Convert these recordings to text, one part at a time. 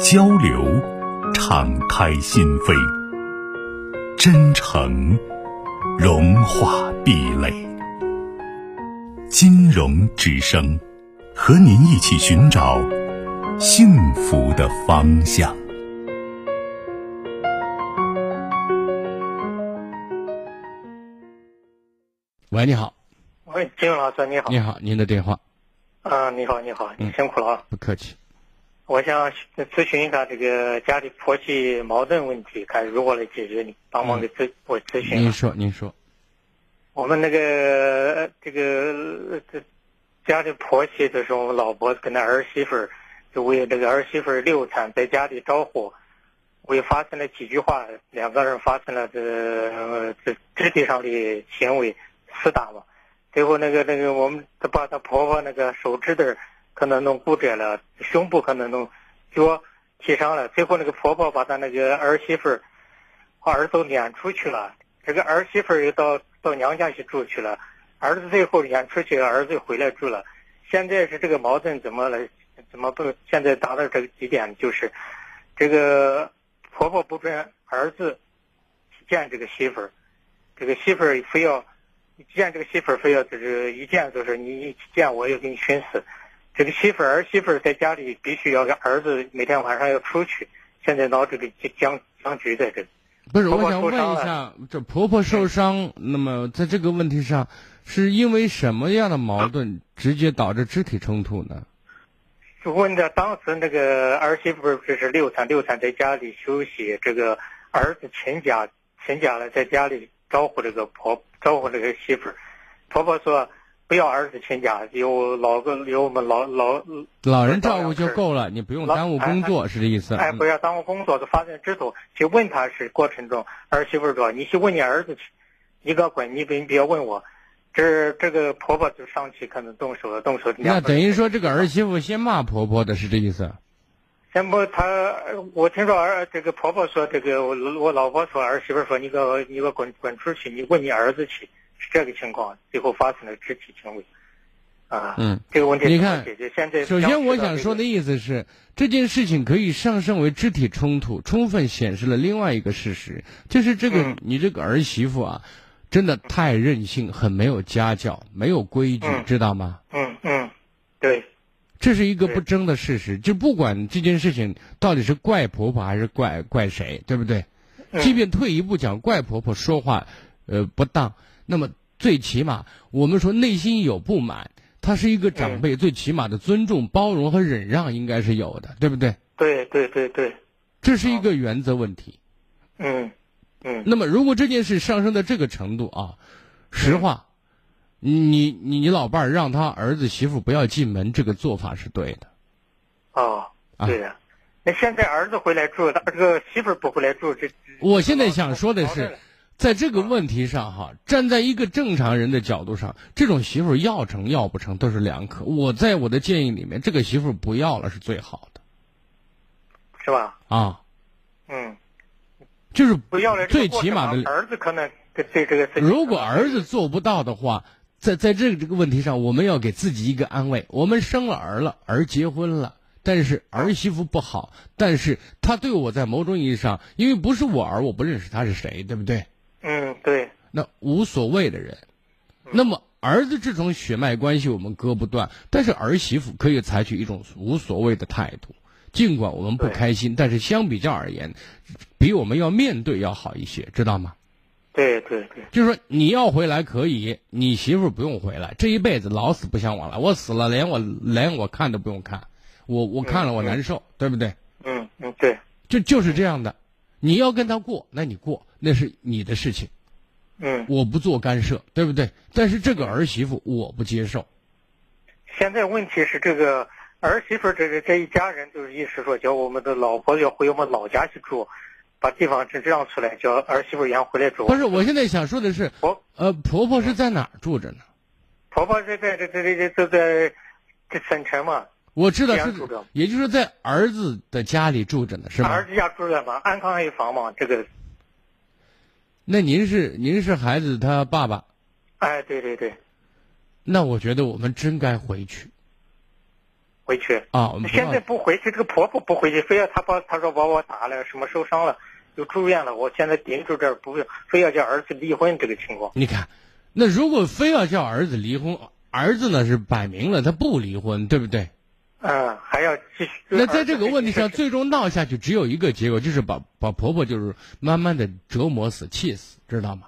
交流，敞开心扉，真诚融化壁垒。金融之声，和您一起寻找幸福的方向。喂，你好，喂，金勇老师，你好。你好，您的电话啊，你好，你好，你嗯辛苦了啊。不客气。我想咨询一下这个家里婆媳矛盾问题，看如何来解决，你帮忙给咨我咨询一您下。说，您说，我们那个呃这个这家里婆媳就是我们老婆跟那儿媳妇儿，就为这个儿媳妇儿流产，在家里着火，为发生了几句话，两个人发生了这呃这肢体上的行为厮打嘛。最后那个那个我们把她婆婆那个手指头儿可能弄骨折了，胸部可能弄脚踢伤了。最后那个婆婆把她那个儿媳妇儿儿子都撵出去了，这个儿媳妇儿又到到娘家去住去了，儿子最后撵出去，儿子回来住了。现在是这个矛盾怎么来，怎么不？现在达到这个极点就是，这个婆婆不准儿子见这个媳妇儿，这个媳妇儿非要见这个媳妇儿非要就是一见就是你一见我就给你熏死。这个媳妇儿儿媳妇儿在家里必须要让儿子每天晚上要出去，现在闹这个僵僵局在这里。不是，婆婆我想问一下，这婆婆受伤，那么在这个问题上，是因为什么样的矛盾直接导致肢体冲突呢？就问的当时那个儿媳妇儿就是流产，流产在家里休息，这个儿子请假，请假了在家里招呼这个婆，招呼这个媳妇儿。婆婆说不要儿子请假，有老公有我们老老老人照顾就够了，你不用耽误工作，是这意思？哎，不嗯要耽误工作的发展之后，去问他是过程中，儿媳妇儿说你去问你儿子去，你给我滚，你别你别问我。这这个婆婆就上去可能动手了，动手嗯那两个人等于说这个儿媳妇先骂婆婆的，是这意思？先不，她我听说儿这个婆婆说，这个我我老婆说，儿媳妇说，你给我你给我滚滚出去，你问你儿子去，是这个情况，最后发生了肢体行为，啊，嗯，这个问题你怎么看解决？现在首先，我想想说的意思是，这件事情可以上升为肢体冲突，充分显示了另外一个事实，就是这个嗯你这个儿媳妇啊，真的太任性，很没有家教，没有规矩，嗯知道吗？嗯嗯，对，这是一个对不争的事实，就不管这件事情到底是怪婆婆还是怪怪谁，对不对？嗯即便退一步讲，怪婆婆说话，呃不当，那么最起码我们说内心有不满，她是一个长辈，最起码的尊重、包容和忍让应该是有的，对不对？对对对对，这是一个原则问题。嗯嗯那么如果这件事上升到这个程度啊，实话，你你你老伴儿让他儿子媳妇不要进门，这个做法是对的。哦，啊对呀，那现在儿子回来住，他这个媳妇儿不回来住，这我现在想说的矛盾是了，在这个问题上哈，站在一个正常人的角度上，这种媳妇要成要不成都是两可。我在我的建议里面，这个媳妇不要了是最好的是吧？啊，嗯，就是不要了这个最过起程码啊的。儿子可能对对这个事情，如果儿子做不到的话，在在这个这个问题上，我们要给自己一个安慰。我们生了儿了，儿结婚了。但是儿媳妇不好，但是她对我在某种意义上，因为不是我儿，我不认识她是谁，对不对？嗯对，那无所谓的人。那么儿子这种血脉关系我们割不断，但是儿媳妇可以采取一种无所谓的态度。尽管我们不对开心，但是相比较而言，比我们要面对要好一些，知道吗？对对对。就是说你要回来可以，你媳妇儿不用回来，这一辈子老死不相往来。我死了，连我连我看都不用看，我我看了我难受，对不对？嗯嗯，对，就就是这样的，你要跟他过，那你过，那是你的事情。嗯，我不做干涉，对不对？但是这个儿媳妇我不接受。现在问题是这个儿媳妇儿这这这一家人就是意识说，叫我们的老婆要回我们老家去住，把地方这让出来，叫儿媳妇儿原回来住。不是，我现在想说的是婆，呃，婆婆是在哪儿住着呢？婆婆这在这这这这这在这沈城嘛，我知道西安是住着，也就是在儿子的家里住着呢，是儿吗？子家住着嘛，安康一房嘛，这个，那您是您是孩子他爸爸，哎，对对对，那我觉得我们真该回去回去。啊！我们不现要在不回去，这个婆婆不回去，非要她把她说把我打了，什么受伤了，又住院了，我现在顶住这儿不要，非要叫儿子离婚这个情况。你看，那如果非要叫儿子离婚，儿子呢是摆明了他不离婚，对不对？嗯，还要继续。啊那在这个儿子问题上，这最终闹下去只有一个结果，就是把把婆婆就是慢慢的折磨死、气死，知道吗？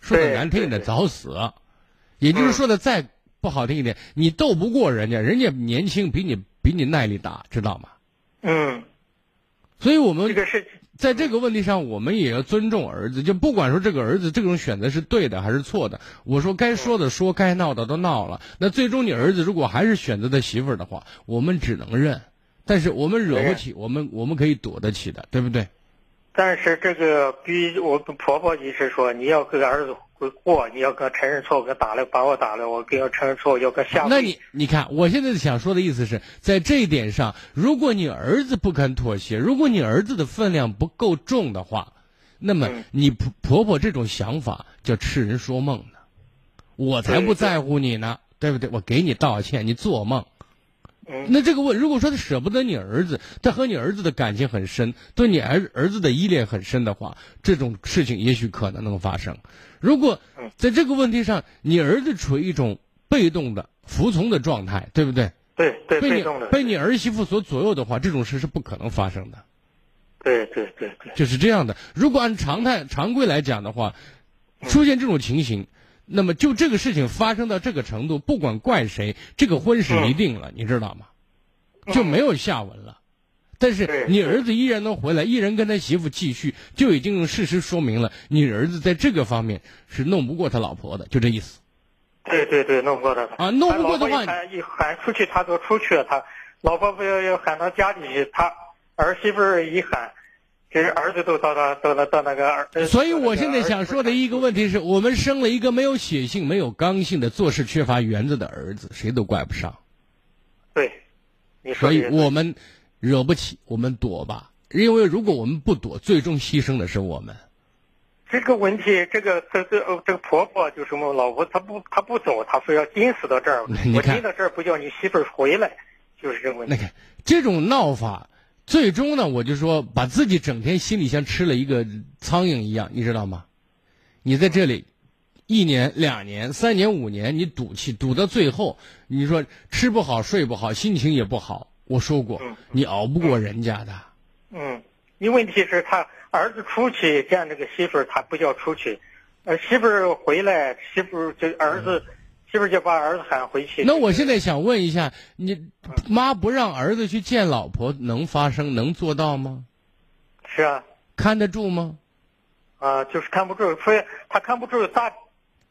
说的对难听一点，对对嗯早死。也就是说的再不好听一点，你斗不过人家，人家年轻，比你比你耐力大，知道吗？嗯，所以我们这个是在这个问题上，我们也要尊重儿子。就不管说这个儿子这种选择是对的还是错的，我说该说的说，该闹的都闹了。那最终你儿子如果还是选择他媳妇儿的话，我们只能认。但是我们惹不起，我们我们可以躲得起的，对不对？但是这个逼我婆婆一直说，你要跟儿子回过，你要跟承认错误，跟打了把我打了，我跟要承认错误，要跟下跪。那你你看，我现在想说的意思是在这一点上，如果你儿子不肯妥协，如果你儿子的分量不够重的话，那么嗯你婆婆婆这种想法叫痴人说梦呢。我才对不对在乎你呢，对不对？我给你道歉，你做梦。嗯，那这个问，如果说他舍不得你儿子，他和你儿子的感情很深，对你儿儿子的依恋很深的话，这种事情也许可能能发生。如果嗯在这个问题上，你儿子处于一种被动的服从的状态，对不对？对对，被被你动的，被你儿媳妇所左右的话，这种事是不可能发生的，对对对对，就是这样的。如果按常态常规来讲的话，出现这种情形。那么就这个事情发生到这个程度，不管怪谁，这个婚是嗯离定了，你知道吗？就没有下文了。但是对你儿子依然能回来，依然跟他媳妇继续，就已经用事实说明了你儿子在这个方面是弄不过他老婆的，就这意思。对对对，弄不过他的啊弄不过的话他老婆一喊一喊出去，他就出去了。他老婆不要要喊到家里去，他儿媳妇儿一喊，这儿子都到那到那到那个儿。所以我现在想说的一个问题是我们生了一个没有血性、没有刚性的、做事缺乏原则的儿子，谁都怪不上。对，你所说的以也对我们惹不起，我们躲吧。因为如果我们不躲，最终牺牲的是我们。这个问题，这个这这呃这个婆婆就是我老婆，她不她不走，她非要盯死到这儿。 你我看盯到这儿不叫你媳妇儿回来，就是这个问那题。个这种闹法，最终呢，我就说把自己整天心里像吃了一个苍蝇一样，你知道吗？你在这里一年、两年、三年、五年，你赌气赌到最后，你说吃不好、睡不好、心情也不好。我说过嗯，你熬不过人家的。嗯，你问题是她儿子出去见这个媳妇儿，她不叫出去，呃媳妇儿回来，媳妇儿就儿子，媳妇儿就把儿子喊回嗯去。那我现在想问一下，你妈不让儿子去见老婆，能发生能做到吗？是啊看得住吗？啊、就是看不住，非她看不住，打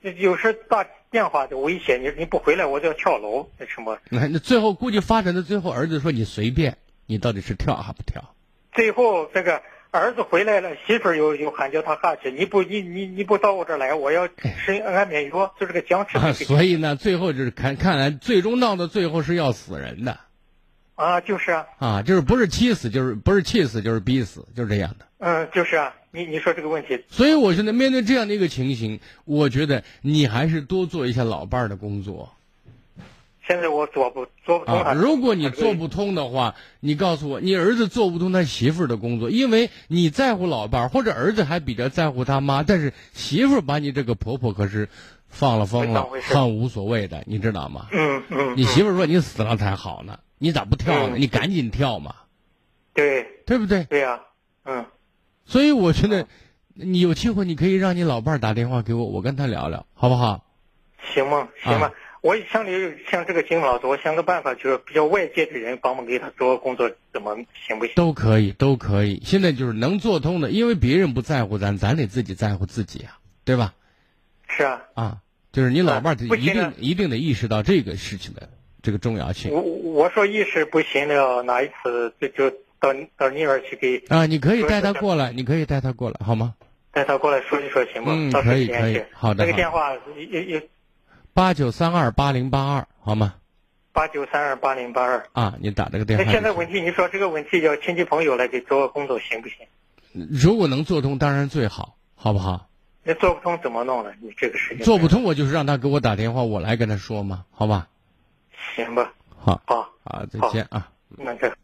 有时打电话就威胁你，你不回来我就要跳楼，那什么。那那最后估计发展到最后，儿子说你随便，你到底是跳还不跳？最后这个儿子回来了，媳妇儿又又喊叫他下去，你不你你你不到我这儿来，我要吃安眠药，就这个僵持啊， 的这个所以呢，最后就是看看来，最终闹到最后是要死人的啊，就是啊，啊，就是不是气死，就是不是气死，就是逼死，就是这样的。嗯，就是啊，你你说这个问题，所以我觉得面对这样的一个情形，我觉得你还是多做一下老伴儿的工作现在我做不做不通啊。他，如果你做不通的话，你告诉我，你儿子做不通他媳妇儿的工作，因为你在乎老伴儿，或者儿子还比较在乎他妈，但是媳妇儿把你这个婆婆可是放了风没了当回，事很无所谓的，你知道吗？嗯嗯，你嗯媳妇儿说你死了才好呢，你咋不跳呢？嗯你赶紧跳嘛，对对不对？对呀，嗯，所以我觉啊得，你有机会你可以让你老伴儿打电话给我，我跟他聊聊，好不好？行吗？行吧啊，我想你像这个金老师，我想个办法，就是比较外界的人帮忙给他做工作，怎么行不行？都可以，都可以。现在就是能做通的，因为别人不在乎咱，咱得自己在乎自己啊，对吧？是啊，啊，就是你老伴儿得不一行定、啊一定得意识到这个事情的这个重要性我我说一时不行了，哪一次就就到到那边去给啊。你可以带他过来，你可以带他过来，好吗？带他过来说一说行吗？嗯到时候可以体验可以去好的那个好电话有有八九三二八零八二，好吗？八九三二八零八二。啊，你打这个电那话就行。现在问题，你说这个问题要亲戚朋友来给做个工作行不行？如果能做通，当然最好，好不好？那做不通怎么弄呢？你这个事情做不通，我就是让他给我打电话，我来跟他说嘛，好吧？行吧？好，好，好，再好见啊。那这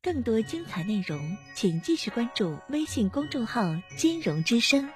更多精彩内容，请继续关注微信公众号“金融之声”。